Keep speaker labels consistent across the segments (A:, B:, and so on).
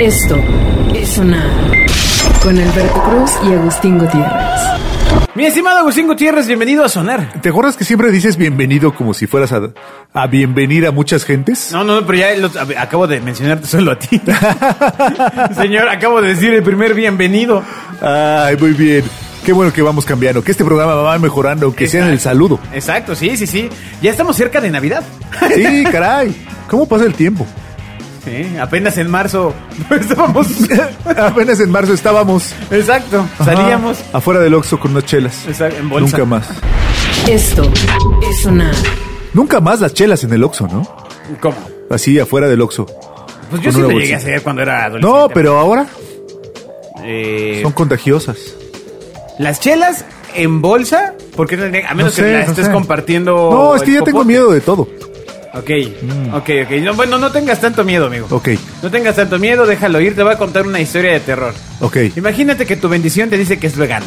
A: Esto es sonar con Alberto Cruz y Agustín Gutiérrez.
B: Mi estimado Agustín Gutiérrez, bienvenido a Sonar.
C: ¿Te acuerdas que siempre dices bienvenido como si fueras a, a bienvenir a muchas gentes?
B: No, no, pero ya lo- a ver, acabo de mencionarte solo a ti. Señor, acabo de decir el primer bienvenido.
C: Ay, muy bien. Qué bueno que vamos cambiando, que este programa va mejorando, que sea en el saludo.
B: Exacto, sí, sí, sí. Ya estamos cerca de Navidad.
C: Sí, caray. ¿Cómo pasa el tiempo?
B: Sí, apenas en marzo estábamos.
C: Apenas en marzo estábamos.
B: Exacto,
C: Ajá,
B: salíamos.
C: afuera del Oxxo con unas chelas.
B: Exacto, en bolsa.
C: Nunca más.
A: Esto es sonar
C: Nunca más las chelas en el Oxxo, ¿no?
B: ¿Cómo?
C: Así afuera del Oxxo.
B: Pues yo
C: Con
B: sí
C: una
B: lo
C: bolsa.
B: llegué a hacer cuando era adolescente.
C: No, pero ahora
B: Eh,
C: son contagiosas.
B: Las chelas en bolsa, ¿por qué tendría- A
C: No
B: menos
C: sé,
B: que las
C: no
B: estés
C: sé.
B: compartiendo.
C: No, es que
B: el
C: ya tengo
B: popote.
C: miedo de todo.
B: Ok, ok, ok. No, bueno, no tengas tanto miedo, amigo.
C: Ok,
B: No tengas tanto miedo, déjalo ir. Te voy a contar una historia de terror.
C: ok,
B: Imagínate que tu bendición te dice que es vegana.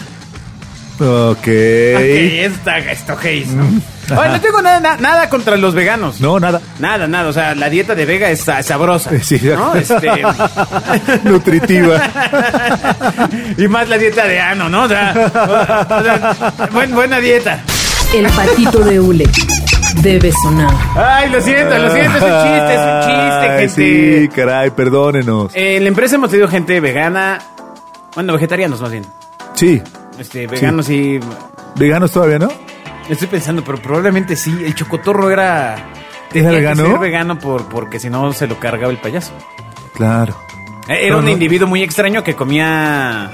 C: ok. Mm.
B: Ok, esta, esto gays, ¿no? Oye, no tengo nada, na- nada contra los veganos.
C: No, nada.
B: Nada, nada. O sea, la dieta de vega es sa- sabrosa.
C: Sí,
B: ¿no? Este,
C: Nutritiva.
B: y más la dieta de ano, ¿no? O sea, o sea, buen- buena dieta.
A: el patito de hule debe sonar.
B: Ay, lo siento, lo siento. Es un chiste, es un chiste, gente.
C: Ay, Sí, caray, perdónenos.
B: Eh, en la empresa hemos tenido gente vegana. Bueno, vegetarianos más bien.
C: Sí,
B: Este, veganos sí.
C: veganos todavía, ¿no?
B: Estoy pensando, pero probablemente sí. El chocotorro era. tenía que
C: vegano?
B: ser vegano por, porque si no se lo cargaba el payaso.
C: Claro.
B: Eh, Era
C: Pero
B: un
C: no-
B: individuo muy extraño que comía.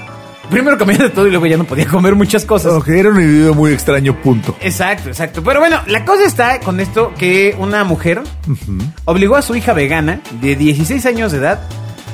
B: Primero comía de todo y luego ya no podía comer muchas cosas.
C: Ok, era un individuo muy extraño, punto.
B: Exacto, exacto. Pero bueno, la cosa está con esto que una mujer obligó a su hija vegana de 16 años de edad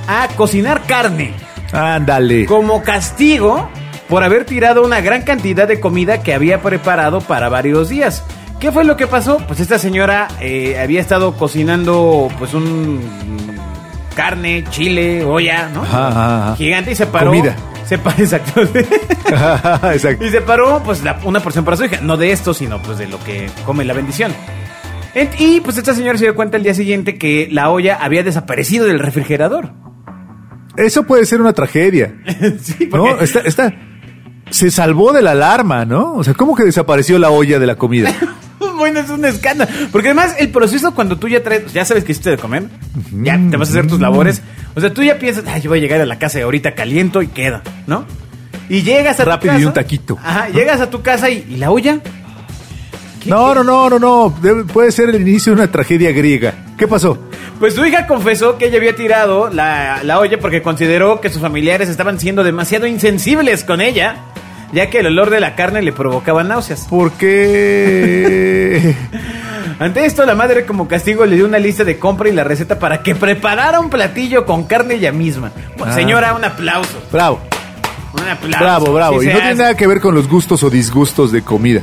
B: a cocinar carne.
C: Ándale.
B: como castigo por haber tirado una gran cantidad de comida que había preparado para varios días. ¿Qué fue lo que pasó? Pues esta señora eh, había estado cocinando pues un mm, carne, chile, olla, ¿no?
C: Ajá, ajá, ajá.
B: Gigante y se paró.
C: Comida.
B: Se pa- exacto.
C: Exacto.
B: y se paró pues la- una porción para su hija, no de esto, sino pues de lo que come la bendición. En- y pues esta señora se dio cuenta el día siguiente que la olla había desaparecido del refrigerador.
C: Eso puede ser una tragedia.
B: sí,
C: ¿No?
B: porque-
C: Está, está. Se salvó de la alarma, ¿no? O sea, ¿cómo que desapareció la olla de la comida?
B: Bueno, es un escándalo. Porque además el proceso cuando tú ya traes, ya sabes que hiciste de comer, ya te vas a hacer tus labores. O sea, tú ya piensas, ay, yo voy a llegar a la casa y ahorita caliento y queda, ¿no? Y llegas a
C: Rápido
B: tu casa.
C: y un taquito.
B: Ajá, llegas a tu casa y, y la olla. ¿Qué-
C: No,
B: qué?
C: no, no, no, no. Debe- puede ser el inicio de una tragedia griega. ¿Qué pasó?
B: Pues su hija confesó que ella había tirado la, la olla porque consideró que sus familiares estaban siendo demasiado insensibles con ella, ya que el olor de la carne le provocaba náuseas.
C: ¿Por qué?
B: Ante esto, la madre como castigo le dio una lista de compra y la receta para que preparara un platillo con carne ella misma. Bueno,
C: Ah.
B: Señora, un aplauso.
C: Bravo,
B: Un aplauso.
C: bravo, bravo.
B: Sí
C: y
B: se
C: no tiene
B: hace.
C: nada que ver con los gustos o disgustos de comida.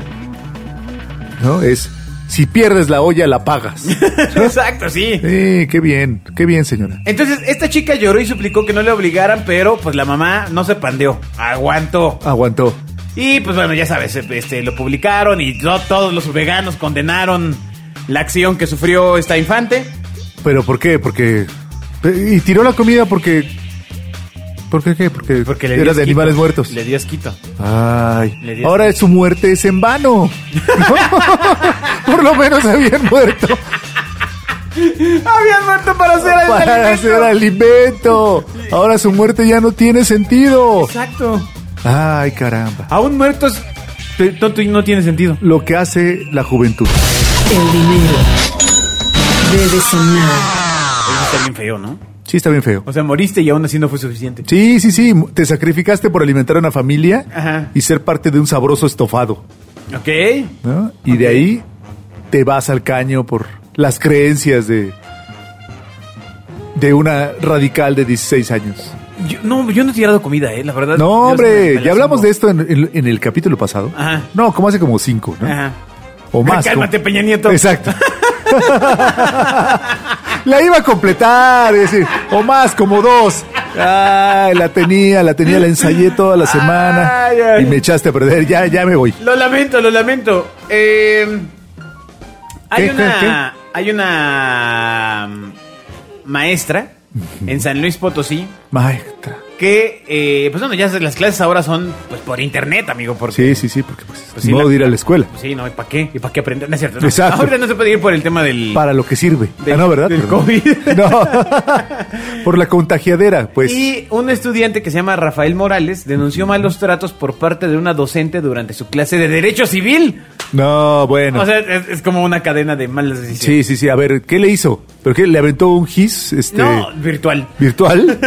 C: ¿No? Es si pierdes la olla, la pagas.
B: Exacto, sí.
C: Sí, qué bien, qué bien, señora.
B: Entonces, esta chica lloró y suplicó que no le obligaran, pero pues la mamá no se pandeó. Aguantó.
C: Aguantó.
B: Y pues bueno, ya sabes, este, lo publicaron y to- todos los veganos condenaron la acción que sufrió esta infante.
C: ¿Pero por qué? Porque. Y tiró la comida porque. ¿Por qué qué? Porque,
B: Porque le dio
C: era de
B: asquito.
C: animales muertos.
B: Le dio asquito. Le
C: Ay.
B: dio
C: Ahora su muerte es en vano. por lo menos habían muerto
B: Habían muerto para hacer el
C: para
B: alimento.
C: hacer alimento. Ahora su muerte ya no tiene sentido.
B: Exacto.
C: Ay, caramba.
B: Aún muertos, te- tonto y no tiene sentido.
C: Lo que hace la juventud.
A: El dinero debe sonar.
B: Eso está bien feo, ¿no?
C: Sí, está bien feo.
B: O sea, moriste y aún así no fue suficiente.
C: Sí, sí, sí. Te sacrificaste por alimentar a una familia
B: Ajá.
C: y ser parte de un sabroso estofado.
B: Ok.
C: ¿no? Y de
B: Ok.
C: ahí te vas al caño por las creencias de de una radical de 16 años.
B: Yo- no, yo no he tirado comida, ¿eh? La verdad.
C: No,
B: yo me- me
C: hombre,
B: la
C: ya hablamos
B: zumbo.
C: de esto en, en- en el capítulo pasado.
B: Ajá.
C: No, como hace como cinco, ¿no?
B: Ajá.
C: O más.
B: Cálmate,
C: como-
B: Peña Nieto.
C: Exacto. la iba a completar, es decir, o más, como dos. Ay, la tenía, la tenía, la ensayé toda la semana
B: Ay, ay.
C: y me echaste a perder. Ya, ya me voy.
B: Lo lamento, lo lamento. Eh, hay
C: ¿Qué,
B: una. Hay una. mm, um, Maestra en San Luis Potosí,
C: Maestra.
B: que, eh, pues bueno, ya se- las clases ahora son pues por internet, amigo, porque...
C: Sí, sí, sí, porque pues,
B: Pues
C: ni
B: sí,
C: modo
B: la-
C: de ir a la escuela.
B: Pues sí, no, ¿y para qué? ¿Y para qué aprender? No es cierto, no.
C: Exacto.
B: Ahorita no se puede ir por el tema del...
C: Para lo que sirve.
B: del-
C: Ah, no, ¿verdad?
B: del
C: Perdón.
B: COVID.
C: No. Por la contagiadera, pues.
B: Y un estudiante que se llama Rafael Morales denunció malos tratos por parte de una docente durante su clase de Derecho Civil.
C: No, bueno.
B: O sea, es, es como una cadena de malas
C: sí,
B: decisiones.
C: sí, sí. A ver, ¿qué le hizo? ¿Pero qué? ¿Le aventó un gis este,
B: No, virtual.
C: virtual?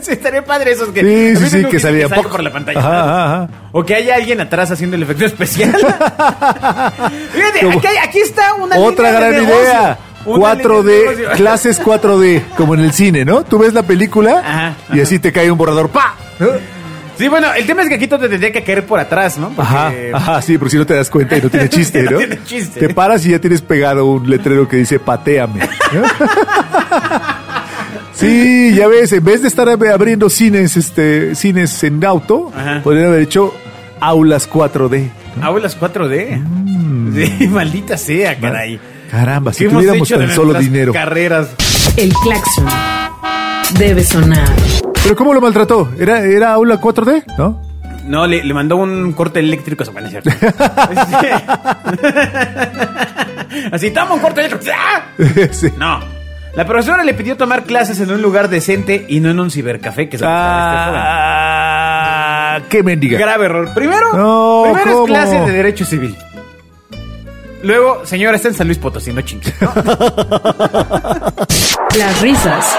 B: sí, estaría padre esos que...
C: Sí, sí,
B: Ahorita
C: sí,
B: no
C: que
B: quieren
C: salía
B: salga
C: poco.
B: por la pantalla.
C: Ajá, ajá.
B: O que haya alguien atrás haciendo el efecto especial. Fíjate,
C: Como-
B: aquí, hay- aquí está una
C: Otra
B: línea de
C: gran
B: negocio.
C: idea.
B: Una línea de
C: 4D,
B: negocio.
C: clases 4D, como en el cine, ¿no? Tú ves la película
B: Ajá,
C: y así te cae un borrador, ¡pa! ¿no?
B: Sí, bueno, el tema es que aquí todo te tendría que caer por atrás, ¿no? Porque-
C: Ajá, ajá, sí, por si no te das cuenta y no tiene chiste,
B: No
C: ¿no?
B: tiene chiste.
C: Te paras y ya tienes pegado un letrero que dice pateame. ¿no? sí, ya ves, en vez de estar ab- abriendo cines, este, cines en auto,
B: Ajá.
C: podrían haber hecho aulas 4D.
B: Aulas 4D. Sí, maldita sea, caray.
C: Caramba, Mm. si
B: ¿Qué hemos
C: tuviéramos
B: hecho de
C: tan solo
B: nuestras
C: dinero.
B: Carreras.
A: El claxon debe sonar.
C: Pero ¿cómo lo maltrató? ¿Era, era aula 4D? ¿No?
B: No, le, le mandó un corte eléctrico a su manager. Sí. Así, toma un corte eléctrico. ¡Ah!
C: sí.
B: No. La profesora le pidió tomar clases en un lugar decente y no en un cibercafé, que es lo que está
C: Ah, qué
B: este
C: mendiga.
B: joven. Grave error. Primero,
C: No,
B: primero
C: ¿cómo?
B: es clases de Derecho Civil. Luego, señora, está en San Luis Potosí, no chingue.
A: Las risas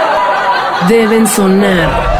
A: deben sonar.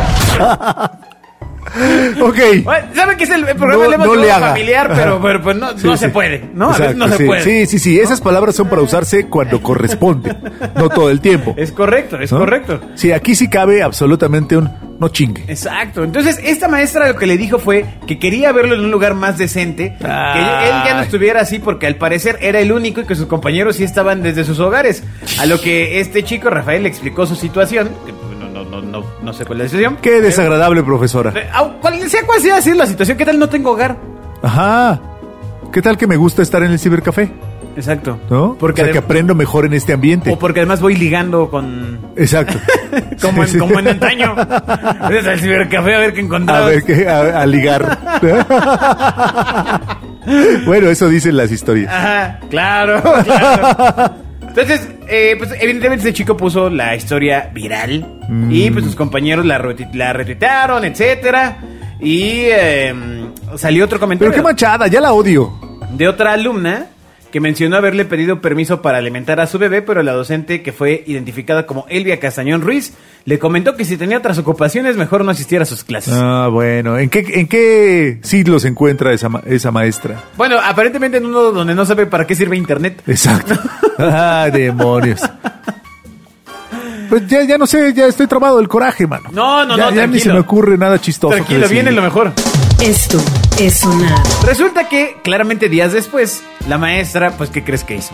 C: ok.
B: Bueno, ¿Saben que es el, el programa
C: No-
B: le hemos
C: no le
B: llamado
C: haga.
B: familiar? Pero, pero pues no, no
C: Sí,
B: se
C: sí.
B: puede, ¿no? a veces
C: Exacto,
B: no se
C: sí.
B: puede.
C: Sí, sí, sí. Esas palabras son para usarse cuando corresponde, no todo el tiempo.
B: Es correcto, es
C: ¿no?
B: correcto.
C: Sí, aquí sí cabe absolutamente un no chingue.
B: Exacto. Entonces, esta maestra lo que le dijo fue que quería verlo en un lugar más decente, que él ya no estuviera así porque al parecer era el único y que sus compañeros sí estaban desde sus hogares. A lo que este chico, Rafael, le explicó su situación, que pues, no, no, no, no, no sé cuál es la situación.
C: Qué desagradable, profesora.
B: Eh, au- cual- sea cual sea así la situación, ¿qué tal no tengo hogar?
C: Ajá. ¿Qué tal que me gusta estar en el cibercafé?
B: Exacto.
C: ¿No?
B: Porque
C: Porque que
B: adem-
C: aprendo mejor en este ambiente.
B: o porque además voy ligando con...
C: Exacto.
B: Como en,
C: Sí, sí.
B: como en antaño. Ves al cibercafé a ver qué
C: A
B: encontrabas.
C: ver, qué- a, a ligar. bueno, eso dicen las historias.
B: Ajá, claro, claro. Entonces, eh, pues evidentemente ese chico puso la historia viral
C: Mm.
B: y pues sus compañeros la, retuit- la retuitearon, etcétera. Y eh, salió otro
C: Pero
B: comentario
C: qué manchada, ya la odio.
B: de otra alumna que mencionó haberle pedido permiso para alimentar a su bebé, pero la docente que fue identificada como Elvia Castañón Ruiz le comentó que si tenía otras ocupaciones mejor no asistiera a sus clases.
C: Ah, bueno. ¿En qué, en qué siglo se encuentra esa, ma- esa maestra?
B: Bueno, aparentemente en uno donde no sabe para qué sirve internet.
C: Exacto. ah, demonios. Pues ya, ya no sé, ya estoy trabado del coraje, mano.
B: No, no,
C: Ya-
B: no,
C: Ya ni
B: tranquilo.
C: se me ocurre nada chistoso. que
B: Tranquilo,
C: decir.
B: viene lo mejor.
A: Esto es sonar.
B: Resulta que, claramente días después, la maestra, pues, ¿qué crees que hizo?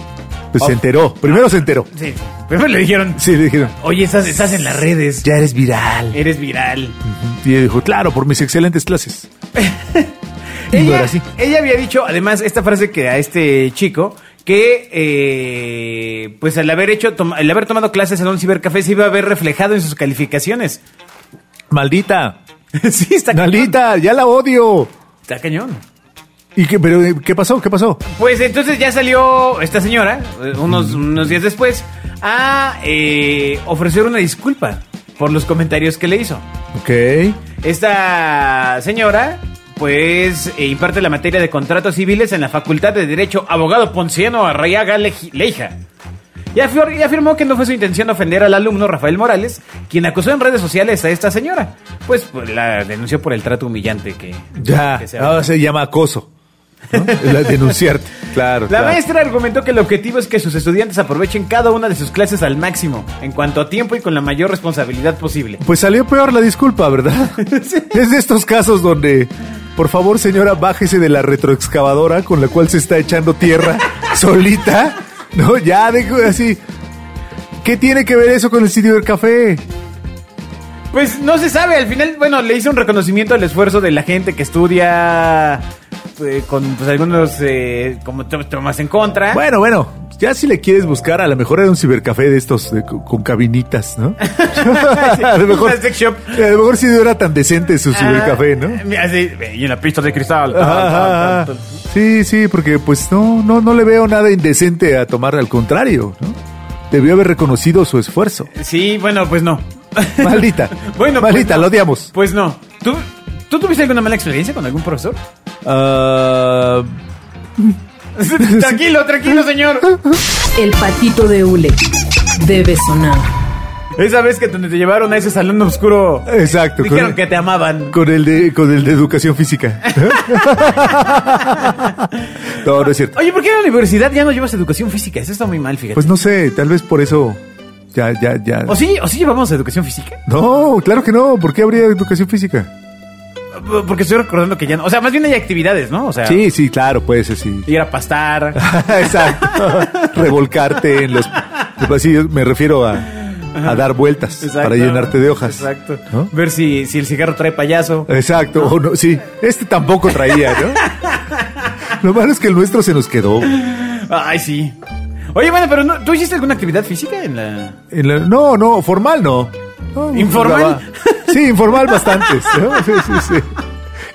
C: Pues se enteró. Primero se enteró.
B: Sí. Primero le dijeron,
C: Sí, le dijeron,
B: oye, estás, estás en las redes,
C: ya eres viral.
B: eres viral.
C: Y ella dijo, claro, por mis excelentes clases. Y no era así.
B: ella había dicho, además, esta frase que a este chico, que, eh, pues, al haber hecho, tom- al haber tomado clases en un cibercafé, se iba a ver reflejado en sus calificaciones.
C: Maldita.
B: sí, está cañón.
C: Maldita, ya la odio.
B: Está cañón.
C: ¿Y qué, pero, eh, qué pasó? ¿Qué pasó?
B: Pues entonces ya salió esta señora, eh, unos, unos días después, a eh, ofrecer una disculpa por los comentarios que le hizo.
C: Ok.
B: Esta señora, pues, eh, imparte la materia de contratos civiles en la Facultad de Derecho Abogado Ponciano Arrayaga Lej- Leija. Y afir- y afirmó que no fue su intención ofender al alumno Rafael Morales, quien acusó en redes sociales a esta señora. Pues, pues, la denunció por el trato humillante que...
C: Ya,
B: que se-
C: ahora se llama acoso. ¿no? La denunciarte. Claro.
B: La
C: claro.
B: maestra argumentó que el objetivo es que sus estudiantes aprovechen cada una de sus clases al máximo, en cuanto a tiempo y con la mayor responsabilidad posible.
C: Pues salió peor la disculpa, ¿verdad? Es de estos casos donde, por favor, señora, bájese de la retroexcavadora con la cual se está echando tierra solita. No, ya, dejo así. ¿Qué tiene que ver eso con el sitio del café?
B: Pues no se sabe, al final, bueno, le hizo un reconocimiento al esfuerzo de la gente que estudia eh, con pues, algunos eh, como to- tomas en contra.
C: Bueno, bueno, ya si le quieres buscar, a lo mejor era un cibercafé de estos de- con- con cabinitas, ¿no? a lo mejor,
B: Una sex shop.
C: a lo mejor sí no era tan decente su cibercafé, ¿no?
B: Ah, mira, sí, y en la pista de cristal. tal,
C: Ajá,
B: tal,
C: ajá,
B: tal,
C: ajá.
B: tal.
C: Sí, sí, porque pues no, no, no le veo nada indecente a tomar, al contrario, ¿no? Debió haber reconocido su esfuerzo.
B: Sí, bueno, pues no.
C: Maldita.
B: Bueno, pues
C: maldita,
B: no.
C: lo odiamos.
B: Pues no. ¿Tú, ¿Tú tuviste alguna mala experiencia con algún profesor?
C: Ah,
B: tranquilo, tranquilo, señor.
A: El patito de hule debe sonar.
B: Esa vez que te, te llevaron a ese salón oscuro.
C: exacto.
B: Dijeron
C: Con,
B: que te amaban.
C: con el de, con el de educación física. no, no es cierto.
B: Oye, ¿por qué en la universidad ya no llevas educación física? Eso está muy mal, fíjate.
C: Pues no sé, tal vez por eso. Ya, ya, ya.
B: ¿O sí, ¿O sí llevamos educación física?
C: No, claro que no. ¿Por qué habría educación física?
B: P- Porque estoy recordando que ya no. O sea, más bien hay actividades, ¿no? O sea,
C: Sí, sí, claro, puede ser, sí.
B: ir a pastar.
C: Exacto. Revolcarte en los. Así me refiero a, a dar vueltas
B: Exacto.
C: para llenarte de hojas.
B: Exacto.
C: ¿No?
B: Ver si, si el cigarro trae payaso.
C: Exacto. o no, sí, este tampoco traía, ¿no? Lo malo es que el nuestro se nos quedó.
B: Ay, sí. Oye, bueno, pero no, ¿tú hiciste alguna actividad física en la...?
C: En la- no, no, formal no. No,
B: ¿Informal?
C: jugaba- Sí, informal bastantes. ¿no? Sí, sí, sí.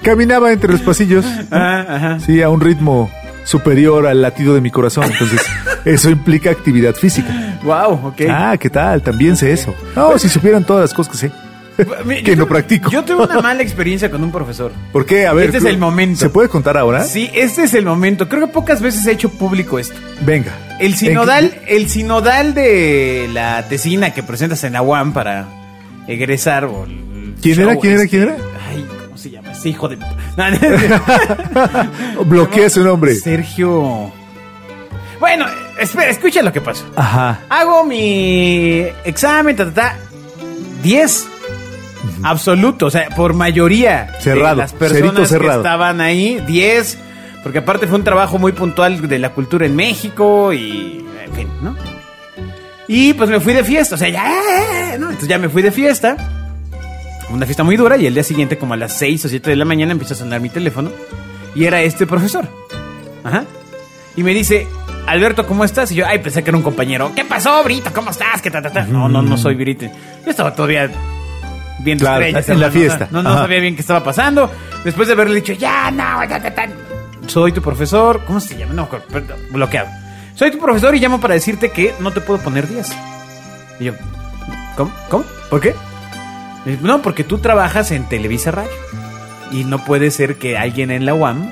C: Caminaba entre los pasillos.
B: Ajá, ajá.
C: Sí, a un ritmo superior al latido de mi corazón. Entonces, eso implica actividad física.
B: Wow, ok.
C: Ah, ¿qué tal? También sé eso.
B: Pues,
C: No, si supieran todas las cosas que sé.
B: Mi-
C: que
B: yo
C: no
B: tuve-
C: practico.
B: Yo tuve una mala experiencia con un profesor.
C: ¿Por qué? A ver.
B: Este es
C: creo-
B: el momento.
C: ¿Se puede contar ahora?
B: Sí, este es el momento. Creo que pocas veces he hecho público esto.
C: Venga.
B: El
C: ¿En
B: sinodal, el sinodal de la tesina que presentas en la UAM para egresar. o el
C: ¿Quién era?
B: show este,
C: ¿Quién era? ¿Quién era?
B: Ay, ¿cómo se llama? Ese hijo de... No, no.
C: qué- Bloquea su nombre.
B: Sergio. Bueno, espera, escucha lo que pasó.
C: Ajá.
B: Hago mi examen, ta, ta, ta. 10. Absoluto, o sea, por mayoría. de
C: Cerrado,
B: las personas
C: cerito cerrado.
B: que estaban ahí, 10. Porque aparte fue un trabajo muy puntual de la cultura en México y. En fin, ¿no? Y pues me fui de fiesta, o sea, ya. ¿no? Entonces ya me fui de fiesta. Una fiesta muy dura y el día siguiente, como a las 6 o 7 de la mañana, empieza a sonar mi teléfono. Y era este profesor. Ajá. Y me dice, Alberto, ¿cómo estás? Y yo, ay, pensé que era un compañero. ¿Qué pasó, Brito? ¿Cómo estás? ¿Qué ta, ta, ta? No, no, no soy Brito. Yo estaba todavía viendo
C: Claro,
B: estrellas.
C: en la
B: hermano.
C: fiesta.
B: No, no
C: Ajá.
B: sabía bien qué estaba pasando. Después de haberle dicho, ya, no, ta, ta, ta. Soy tu profesor. ¿Cómo se llama? No, me acuerdo, perdón, bloqueado. Soy tu profesor y llamo para decirte que no te puedo poner 10. Y yo, ¿cómo? ¿Cómo? ¿Por qué? Me dice, Eh, No, porque tú trabajas en Televisa Radio. Y no puede ser que alguien en la UAM,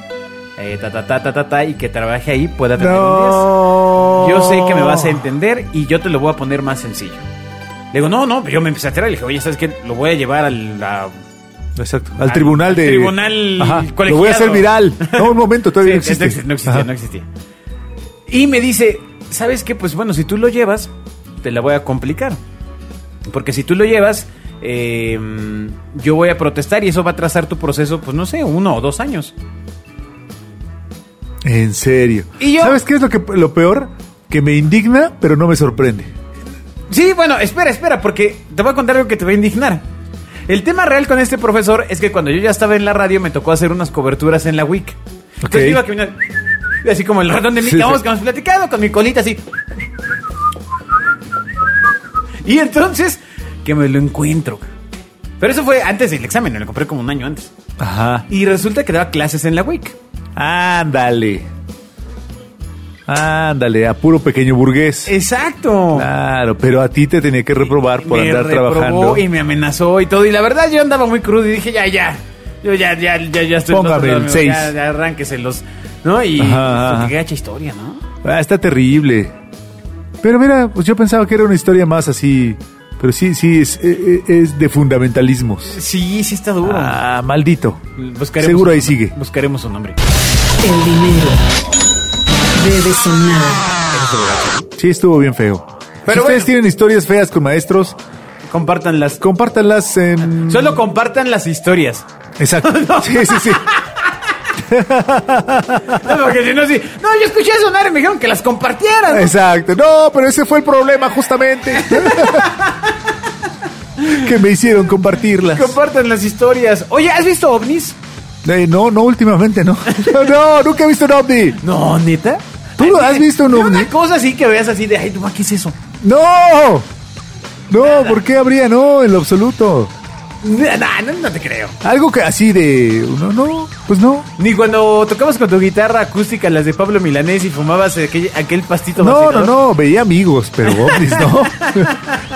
B: eh, ta, ta, ta, ta, ta, ta, y que trabaje ahí pueda tener un 10.
C: No.
B: Yo sé que me vas a entender y yo te lo voy a poner más sencillo. Le digo, no, no, pero yo me empecé a tirar. Le dije, oye, ¿sabes qué? Lo voy a llevar al. a-
C: Exacto. Al tribunal de.
B: tribunal
C: Lo voy a hacer
B: colegiado.
C: viral. No, un momento, todavía
B: Sí,
C: no existe.
B: No existía,
C: Ajá.
B: no existía. Y me dice, ¿sabes qué? Pues bueno, si tú lo llevas, te la voy a complicar. Porque si tú lo llevas, eh, yo voy a protestar y eso va a trazar tu proceso, pues no sé, uno o dos años.
C: En serio.
B: Y yo-
C: ¿Sabes qué es lo, que, lo peor? Que me indigna, pero no me sorprende.
B: Sí, bueno, espera, espera, porque te voy a contar algo que te va a indignar. El tema real con este profesor es que cuando yo ya estaba en la radio me tocó hacer unas coberturas en la WIC. Entonces
C: Ok.
B: yo iba caminando, así como el ratón de mi
C: Sí,
B: vamos,
C: sí.
B: que hemos platicado con mi colita así. Y entonces, que me lo encuentro. Pero eso fue antes del examen, me lo compré como un año antes.
C: Ajá.
B: Y resulta que daba clases en la WIC.
C: Ándale. Ándale, a puro pequeño burgués.
B: Exacto.
C: Claro, pero a ti te tenía que reprobar por
B: me
C: andar
B: reprobó
C: trabajando.
B: Y me amenazó y todo. Y la verdad, yo andaba muy crudo y dije, ya, ya. Yo ya, ya, ya, ya estoy.
C: Póngame
B: del otro lado,
C: el
B: amigo, Ya,
C: seis.
B: ya arránquese los. ¿No? Y.
C: Ajá,
B: esto,
C: ajá.
B: Qué gacha historia, ¿no?
C: Ah, está terrible. Pero mira, pues yo pensaba que era una historia más así. Pero sí, sí, es, e- e- es de fundamentalismos.
B: Sí, sí está duro.
C: Ah, maldito.
B: Buscaremos
C: Seguro
B: un-
C: ahí sigue.
B: Buscaremos un nombre.
A: El dinero debe sonar.
C: Sí, estuvo bien feo. si
B: Pero
C: ustedes
B: bueno.
C: tienen historias feas con maestros,
B: Compartan las.
C: compártanlas en...
B: Solo compartan las historias.
C: Exacto. Sí, sí, sí.
B: No, porque si no, sí. No, yo escuché sonar y me dijeron que las compartieran.
C: Exacto. No, pero ese fue el problema justamente. que me hicieron compartirlas.
B: Compartan las historias. Oye, ¿has visto ovnis?
C: Eh, no, no, últimamente no. No, no, nunca he visto un ovni.
B: No, neta.
C: ¿Tú lo has visto un
B: Pero
C: ovni?
B: Una cosa así que veas así de, ay, no, ¿qué es eso?
C: ¡No! No, ¿por qué habría? No, en lo absoluto.
B: No, no, no te creo.
C: Algo que así de... No, no, pues no.
B: Ni cuando tocabas con tu guitarra acústica las de Pablo Milanés y fumabas aquel, aquel pastito
C: No, no,
B: vacilador.
C: no, veía amigos, pero ovnis no.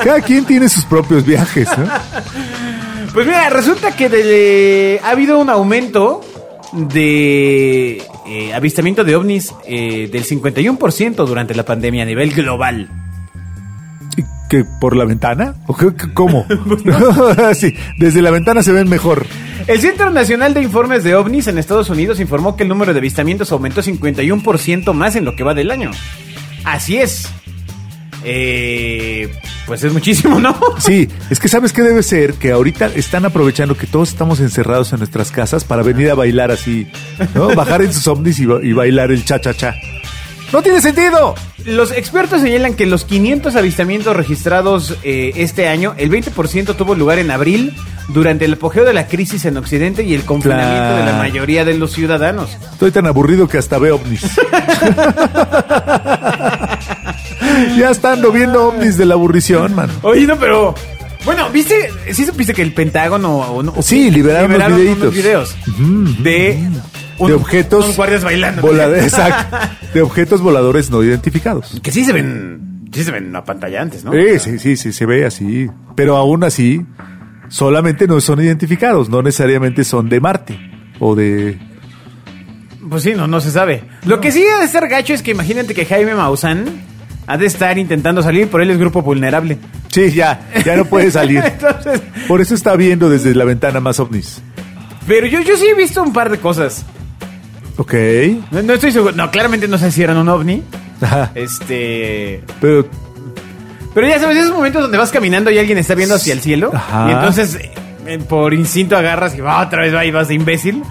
C: Cada quien tiene sus propios viajes, ¿no?
B: Pues mira, resulta que de- ha habido un aumento de eh, avistamiento de ovnis eh, del 51% durante la pandemia a nivel global.
C: ¿Y ¿Que por la ventana? ¿O qué- qué- cómo? sí, desde la ventana se ven mejor.
B: El Centro Nacional de Informes de OVNIs en Estados Unidos informó que el número de avistamientos aumentó 51% más en lo que va del año. Así es. Eh, pues es muchísimo, ¿no?
C: Sí, es que sabes qué debe ser que ahorita están aprovechando que todos estamos encerrados en nuestras casas para venir a bailar así, ¿no? Bajar en sus ovnis y, ba- y bailar el cha-cha-cha. ¡No tiene sentido!
B: Los expertos señalan que los 500 avistamientos registrados eh, este año, el 20% tuvo lugar en abril, durante el apogeo de la crisis en Occidente y el confinamiento de la
C: Claro.
B: mayoría de los ciudadanos.
C: Estoy tan aburrido que hasta veo ovnis. ya están viendo ovnis de la aburrición, man.
B: Oye, no, pero... Bueno, ¿viste? ¿Sí supiste que el Pentágono... o no- o
C: Sí,
B: qué?
C: liberaron unos
B: unos
C: videitos.
B: videos de...
C: de
B: un-
C: objetos
B: unos guardias bailando.
C: volad- exacto, de objetos voladores no identificados.
B: Que sí se ven... Sí se ven a pantalla antes, ¿no?
C: Sí, sí, sí, sí, se ve así. Pero aún así, solamente no son identificados, no necesariamente son de Marte o de...
B: Pues sí, no, no se sabe. Lo que sí ha de estar gacho es que imagínate que Jaime Maussan ha de estar intentando salir, pero él es grupo vulnerable.
C: Sí, ya, ya no puede salir.
B: Entonces,
C: Por eso está viendo desde la ventana más ovnis.
B: pero yo, yo sí he visto un par de cosas.
C: Ok.
B: No, no estoy seguro. No, claramente no sé si eran un ovni.
C: Ajá.
B: Este.
C: Pero
B: Pero ya sabes, esos momentos donde vas caminando y alguien está viendo hacia el cielo.
C: Ajá.
B: Y entonces, eh, eh, por instinto agarras y va otra vez, va y vas de imbécil.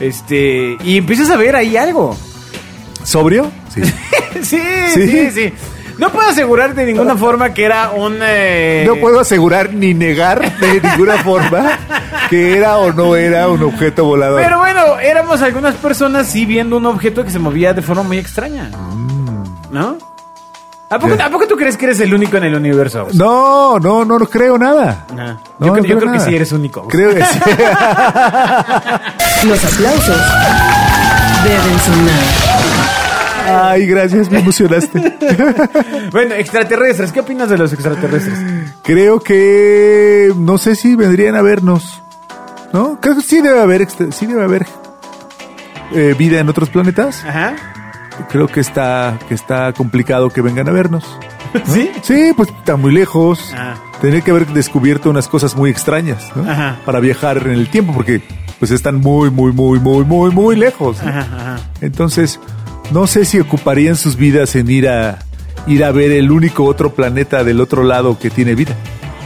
B: Este. Y empiezas a ver ahí algo.
C: sobrio, sí.
B: sí, sí,
C: Sí.
B: sí, No puedo asegurar de ninguna forma que era un. eh,
C: No puedo asegurar ni negar de ninguna forma que era o no era un objeto volador.
B: Pero bueno, éramos algunas personas sí viendo un objeto que se movía de forma muy extraña. ¿No? ¿A poco,
C: Mm. ¿Qué?
B: a poco tú crees que eres el único en el universo?
C: No, no, no, no creo nada.
B: Nah. Yo
C: No,
B: cre-
C: no
B: yo creo que
C: nada.
B: sí eres único.
C: Creo que sí.
A: Los aplausos deben sonar.
C: Ay, gracias, me emocionaste.
B: Bueno, extraterrestres, ¿qué opinas de los extraterrestres?
C: Creo que no sé si vendrían a vernos. ¿No? Creo que sí debe haber extra- sí debe haber eh, vida en otros planetas.
B: Ajá.
C: Creo que está que está complicado que vengan a vernos.
B: ¿Sí?
C: Sí, pues está muy lejos.
B: Ah.
C: Tendría que haber descubierto unas cosas muy extrañas, ¿no?
B: Ajá.
C: Para viajar en el tiempo porque pues están muy muy muy muy muy muy lejos. ¿no?
B: Ajá, ajá.
C: Entonces, no sé si ocuparían sus vidas en ir a ir a ver el único otro planeta del otro lado que tiene vida.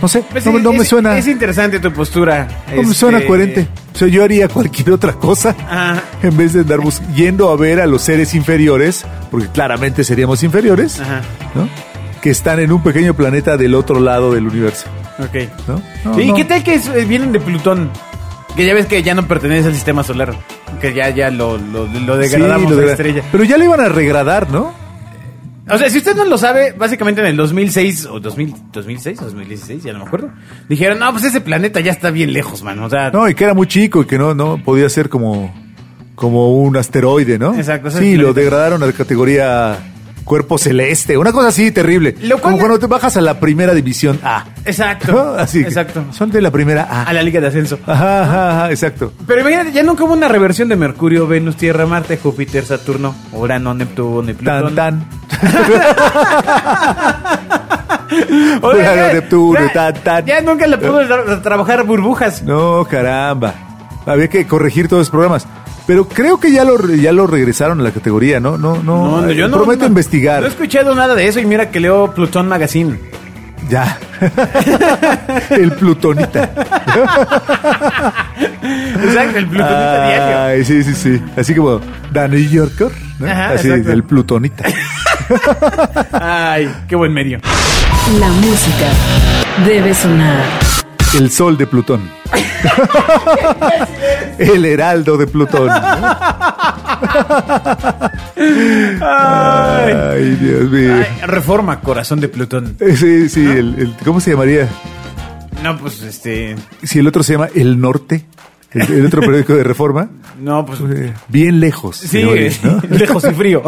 C: No sé,
B: Pues
C: no,
B: sí,
C: no me
B: es-
C: suena,
B: Es interesante tu postura.
C: no me
B: este,
C: suena coherente. O sea, yo haría cualquier otra cosa
B: Ajá.
C: en vez de andar bus- yendo a ver a los seres inferiores, porque claramente seríamos inferiores,
B: Ajá.
C: ¿no? Que están en un pequeño planeta del otro lado del universo,
B: Ok.
C: ¿no? No,
B: ¿Y
C: no.
B: qué tal que es- eh, vienen de Plutón? Que ya ves que ya no pertenece al sistema solar. Que ya, ya lo, lo, lo
C: Sí,
B: degradamos
C: lo
B: a
C: degra-
B: estrella.
C: Pero ya lo iban a regradar, ¿no?
B: O sea, si usted no lo sabe, básicamente en el 2006 o 2000, 2006 o 2016, ya no me acuerdo, dijeron, no, pues ese planeta ya está bien lejos, man. O sea,
C: No, y que era muy chico y que no, no podía ser como, como un asteroide, ¿no?
B: Exacto, ese es
C: Sí,
B: el
C: lo
B: planeta.
C: degradaron a la categoría cuerpo celeste, una cosa así terrible.
B: Lo cual-
C: como cuando te bajas a la primera división A.
B: ah, exacto.
C: ¿no? Así. que
B: Exacto.
C: Son de la primera
B: A
C: A.
B: la Liga de Ascenso.
C: Ajá, ajá, ajá, exacto.
B: Pero imagínate, ya nunca hubo una reversión de Mercurio, Venus, Tierra, Marte, Júpiter, Saturno, Urano, Neptuno y Plutón.
C: Tan, tan.
B: O sea,
C: Urano,
B: ya-
C: Neptuno,
B: ya-
C: tan, tan. Eh.
B: Ya nunca le pudo tra- trabajar burbujas.
C: No, caramba. Había que corregir todos los programas. Pero creo que ya lo, re- ya lo regresaron a la categoría, ¿no? No, no.
B: No, no, yo no.
C: Prometo
B: no-
C: investigar.
B: No he escuchado nada de eso y mira que leo Plutón Magazine.
C: Ya. El plutonita.
B: Exacto, el Plutonita
C: Ah.
B: diario.
C: Ay, sí, sí, sí. Así como Danny Yorker, ¿no?
B: Ajá,
C: Así,
B: exacto.
C: el plutonita.
B: Ay, qué buen medio.
A: La música debe sonar.
C: El sol de Plutón. El heraldo de Plutón. ¿no?
B: Ay.
C: Ay, Dios mío. Eh,
B: Ay, reforma, corazón de Plutón.
C: Sí, sí, el- el- ¿cómo se llamaría?
B: No, pues este.
C: Si el otro se llama El Norte, el, el otro periódico de Reforma,
B: No, pues.
C: eh, bien lejos.
B: Sí,
C: señores, ¿no?
B: lejos y frío.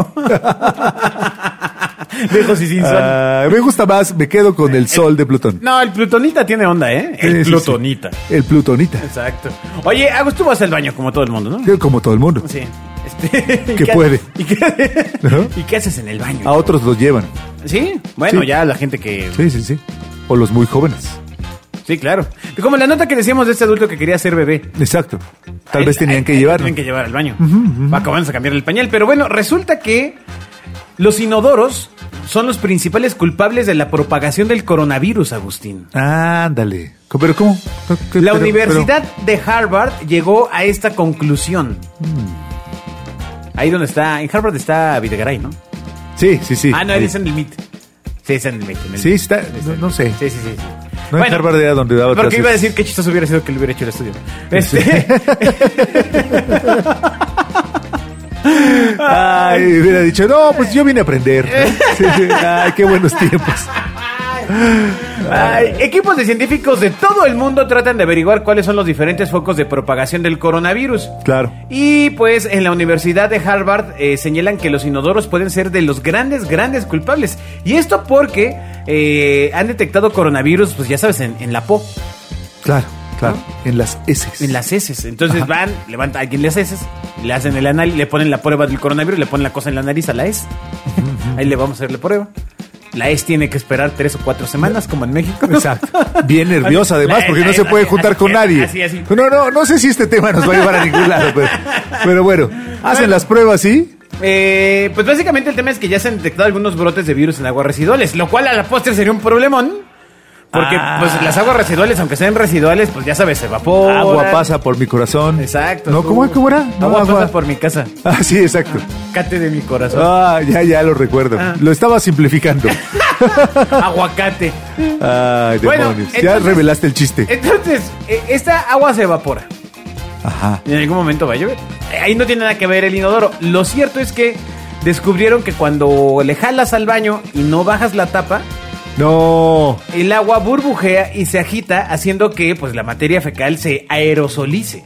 B: lejos y sin sol.
C: Ah, me gusta más, me quedo con el sol de Plutón.
B: No, el Plutonita tiene onda, ¿eh?
C: Sí,
B: El
C: sí, sí.
B: Plutonita.
C: El Plutonita.
B: Exacto. Oye, Agus, tú vas al baño como todo el mundo, ¿no?
C: Como todo el mundo.
B: Sí. Este, ¿y
C: Que
B: qué-
C: puede.
B: ¿y qué,
C: Ajá.
B: ¿Y qué haces en el baño?
C: A otros los llevan.
B: Sí, bueno,
C: Ah. Sí.
B: ya la gente que. Sí,
C: Sí, sí, sí. O los muy jóvenes.
B: claro. Como la nota que decíamos de este adulto que quería ser bebé.
C: Exacto. Tal
B: A
C: vez
B: él-
C: tenían
B: a-
C: que
B: a él lo
C: llevarlo.
B: Tenían que llevar al baño. Va, que vamos a cambiar el pañal. Pero bueno, resulta que los inodoros son los principales culpables de la propagación del coronavirus, Agustín.
C: Ándale. Co- ¿Pero cómo? Co- co-
B: La
C: pero-
B: Universidad de Harvard llegó a esta conclusión. Ahí donde está, en Harvard está Videgaray, ¿no?
C: pero- Mm. Sí, sí, sí.
B: ah, no,
C: Ahí.
B: él es en el MIT. Sí, es en el MIT. en el
C: Sí,
B: MIT.
C: está- no- no sé.
B: Sí, sí, sí. sí.
C: No, en Harvard era donde daba
B: Porque
C: clases.
B: iba a decir qué chistoso hubiera sido que le hubiera hecho el estudio. Este,
C: Ay, hubiera dicho, no, pues yo vine a aprender. Sí, sí. Ay, qué buenos tiempos.
B: ay, equipos de científicos de todo el mundo tratan de averiguar cuáles son los diferentes focos de propagación del coronavirus.
C: Claro.
B: Y pues en la Universidad de Harvard eh, señalan que los inodoros pueden ser de los grandes, grandes culpables. Y esto porque eh, han detectado coronavirus, pues ya sabes, en, en la po,
C: Claro, claro. En las heces.
B: en las heces. Entonces
C: Ajá.
B: van, levanta a alguien las heces, le hacen el análisis, le ponen la prueba del coronavirus, le ponen la cosa en la nariz a la es. Ahí le vamos a hacer la prueba. La es tiene que esperar tres o cuatro semanas, como en México.
C: Exacto. Bien nerviosa además,
B: La-
C: porque no
B: la-
C: se puede
B: así-
C: juntar
B: así-
C: con nadie.
B: así- así.
C: No, no, no sé si este tema nos va a llevar a ningún lado, pero, pero bueno, hacen las pruebas, ¿sí?
B: Eh, pues básicamente el tema es que ya se han detectado algunos brotes de virus en aguas residuales, lo cual a la postre sería un problemón. Porque
C: Ah.
B: pues las aguas residuales, aunque sean residuales, pues ya sabes, se evapora.
C: Agua pasa por mi corazón.
B: Exacto.
C: No,
B: tú.
C: ¿cómo, cómo era? No,
B: agua, pasa por mi casa.
C: Ah, sí, exacto.
B: Cate de mi corazón.
C: Ah, ya, ya lo recuerdo.
B: Ah.
C: Lo estaba simplificando. Ah.
B: Aguacate.
C: Ay, demonios.
B: Bueno,
C: ya
B: entonces-
C: revelaste el chiste.
B: Entonces, eh, esta agua se evapora.
C: Ajá.
B: En algún momento va a llover. Ahí no tiene nada que ver el inodoro. Lo cierto es que descubrieron que cuando le jalas al baño y no bajas la tapa,
C: No.
B: El agua burbujea y se agita haciendo que pues, la materia fecal se aerosolice.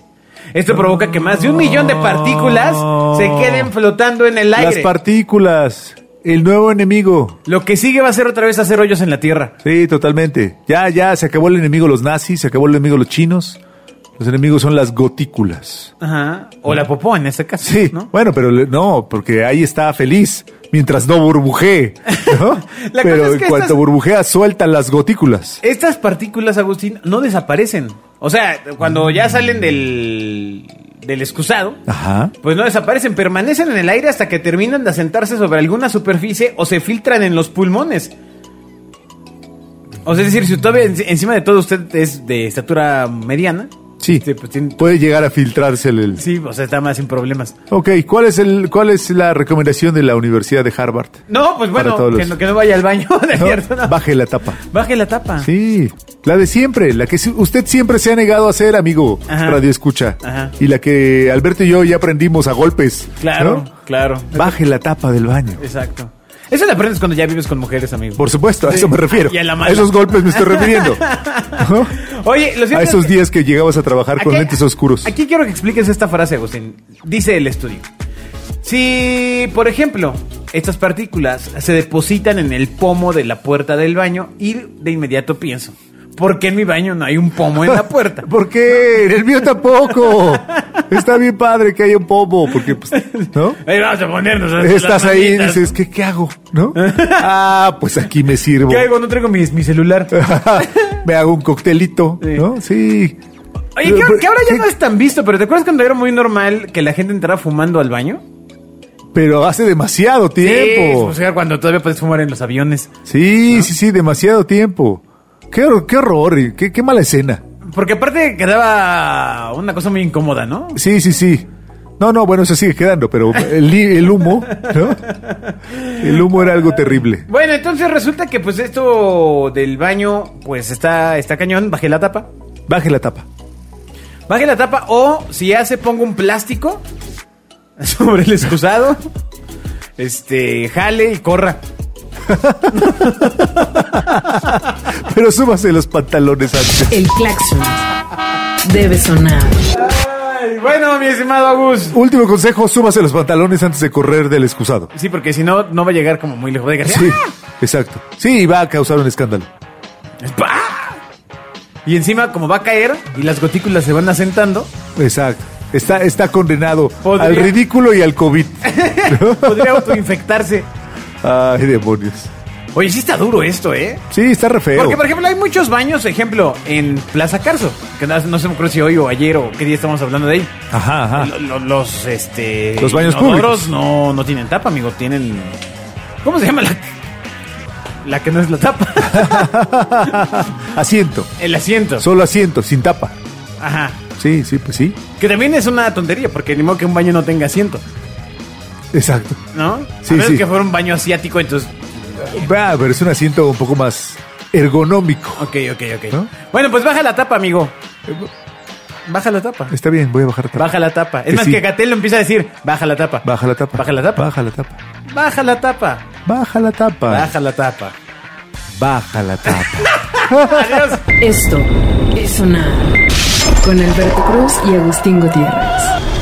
B: Esto provoca que más de un millón de partículas se queden flotando en el
C: Las
B: aire.
C: partículas. El nuevo enemigo.
B: Lo que sigue va a ser otra vez hacer hoyos en la Tierra.
C: Sí, totalmente. Ya, ya, se acabó el enemigo los nazis, se acabó el enemigo los chinos. Los enemigos son las gotículas.
B: Ajá. O la popó en este caso.
C: Sí,
B: ¿no?
C: bueno, pero le- no, porque ahí está feliz mientras no burbujee. ¿no?
B: La cosa
C: pero
B: es
C: en
B: que
C: cuanto
B: estas-
C: burbujea, suelta las gotículas.
B: Estas partículas, Agustín, no desaparecen. O sea, cuando ya salen del, del excusado,
C: Ajá.
B: pues no desaparecen, permanecen en el aire hasta que terminan de asentarse sobre alguna superficie o se filtran en los pulmones. O sea, es decir, si todavía en- encima de todo usted es de estatura mediana,
C: Sí,
B: este, pues tiene-
C: puede llegar a filtrarse el... el-
B: sí, o sea, está más sin problemas.
C: Ok, ¿cuál es, el, ¿cuál es la recomendación de la Universidad de Harvard?
B: No, pues
C: Para
B: bueno,
C: todos
B: que
C: los-
B: no, que no vaya al baño, ¿de
C: No,
B: cierto? No.
C: Baje la tapa.
B: Baje la tapa.
C: Sí, la de siempre, la que si- usted siempre se ha negado a hacer, amigo
B: Ajá.
C: Radio Escucha.
B: Ajá.
C: Y la que Alberto y yo ya aprendimos a golpes.
B: Claro,
C: ¿no?
B: claro.
C: Baje la tapa del baño.
B: Exacto. Eso lo aprendes cuando ya vives con mujeres, amigo.
C: Por supuesto, a eso me refiero.
B: Y a la mala.
C: a esos golpes me estoy refiriendo. ¿No?
B: Oye, lo cierto
C: A
B: es
C: esos
B: que-
C: días que llegabas a trabajar con
B: Aquí-
C: lentes oscuros.
B: Aquí quiero que expliques esta frase, Agustín. Dice el estudio. Si, por ejemplo, estas partículas se depositan en el pomo de la puerta del baño y de inmediato pienso, ¿por qué en mi baño no hay un pomo en la puerta?
C: ¿Por qué? En el mío tampoco. Está bien padre que haya un pomo, porque pues, ¿no?
B: Ahí vamos a ponernos. las- las
C: Estás ahí y
B: manitas.
C: dices, ¿qué, ¿qué hago? ¿No? Ah, pues aquí me sirvo.
B: ¿Qué hago? No traigo mi, mi celular.
C: me hago un coctelito,
B: Sí.
C: ¿no? Sí.
B: Oye, que, que ahora ya
C: Sí,
B: no es tan visto, pero ¿te acuerdas cuando era muy normal que la gente entrara fumando al baño?
C: Pero hace demasiado
B: Sí,
C: tiempo.
B: o sea, cuando todavía puedes fumar en los aviones.
C: Sí, sí, sí, demasiado tiempo. Qué, hor- qué horror, y qué, qué mala escena.
B: Porque aparte quedaba una cosa muy incómoda, ¿no?
C: Sí, sí, sí. No, no, bueno, eso sigue quedando, pero el, li- el humo, ¿no? El humo era algo terrible.
B: Bueno, entonces resulta que pues esto del baño, pues está, está cañón, bajé la tapa.
C: Baje la tapa.
B: Baje la tapa o si hace pongo un plástico sobre el excusado. Este, jale y corra.
C: Pero súbase los pantalones antes.
A: El claxon debe sonar.
B: Ay, bueno, mi estimado Agus.
C: Último consejo, súbase los pantalones antes de correr del excusado.
B: Sí, porque si no, no va a llegar como muy lejos. Va a llegar así,
C: Sí, exacto. Sí, va a causar un escándalo.
B: ¡pa! ¡Ah! Y encima, como va a caer y las gotículas se van asentando,
C: Exacto. Está, está condenado
B: Podría-
C: al ridículo y al COVID.
B: podría autoinfectarse.
C: Ay, demonios.
B: Oye, sí está duro esto, ¿eh?
C: Sí, está re feo.
B: Porque, por ejemplo, hay muchos baños, ejemplo, en Plaza Carso, que no, no se me acuerdo si hoy o ayer o qué día estamos hablando de ahí.
C: Ajá, ajá.
B: Lo- lo- los, este...
C: Ah. Los baños
B: inodoros
C: públicos.
B: No, no tienen tapa, amigo, tienen... ¿Cómo se llama la...? La que no es la tapa.
C: Asiento.
B: El asiento.
C: Solo asiento, sin tapa.
B: Ajá.
C: Sí, sí, pues sí.
B: Que también es una tontería, porque ni modo que un baño no tenga asiento,
C: Exacto.
B: ¿no?
C: Sí,
B: a menos
C: sí.
B: que fuera un baño asiático, entonces...
C: Va, pero es un asiento un poco más ergonómico.
B: Ok, ok, ok.
C: ¿No? Eh,
B: Bueno, pues baja la tapa, amigo. Baja la tapa.
C: Está bien, voy a bajar la tapa.
B: Baja la tapa. Es
C: Que
B: más
C: sí.
B: que Gatel lo empieza a decir, baja la tapa.
C: Baja la tapa.
B: Baja la tapa.
C: Baja la tapa.
B: Baja la tapa.
C: Baja la tapa.
B: Baja la tapa.
C: Baja la tapa.
B: Adiós.
A: Esto es sonar. Con Alberto Cruz y Agustín Gutiérrez.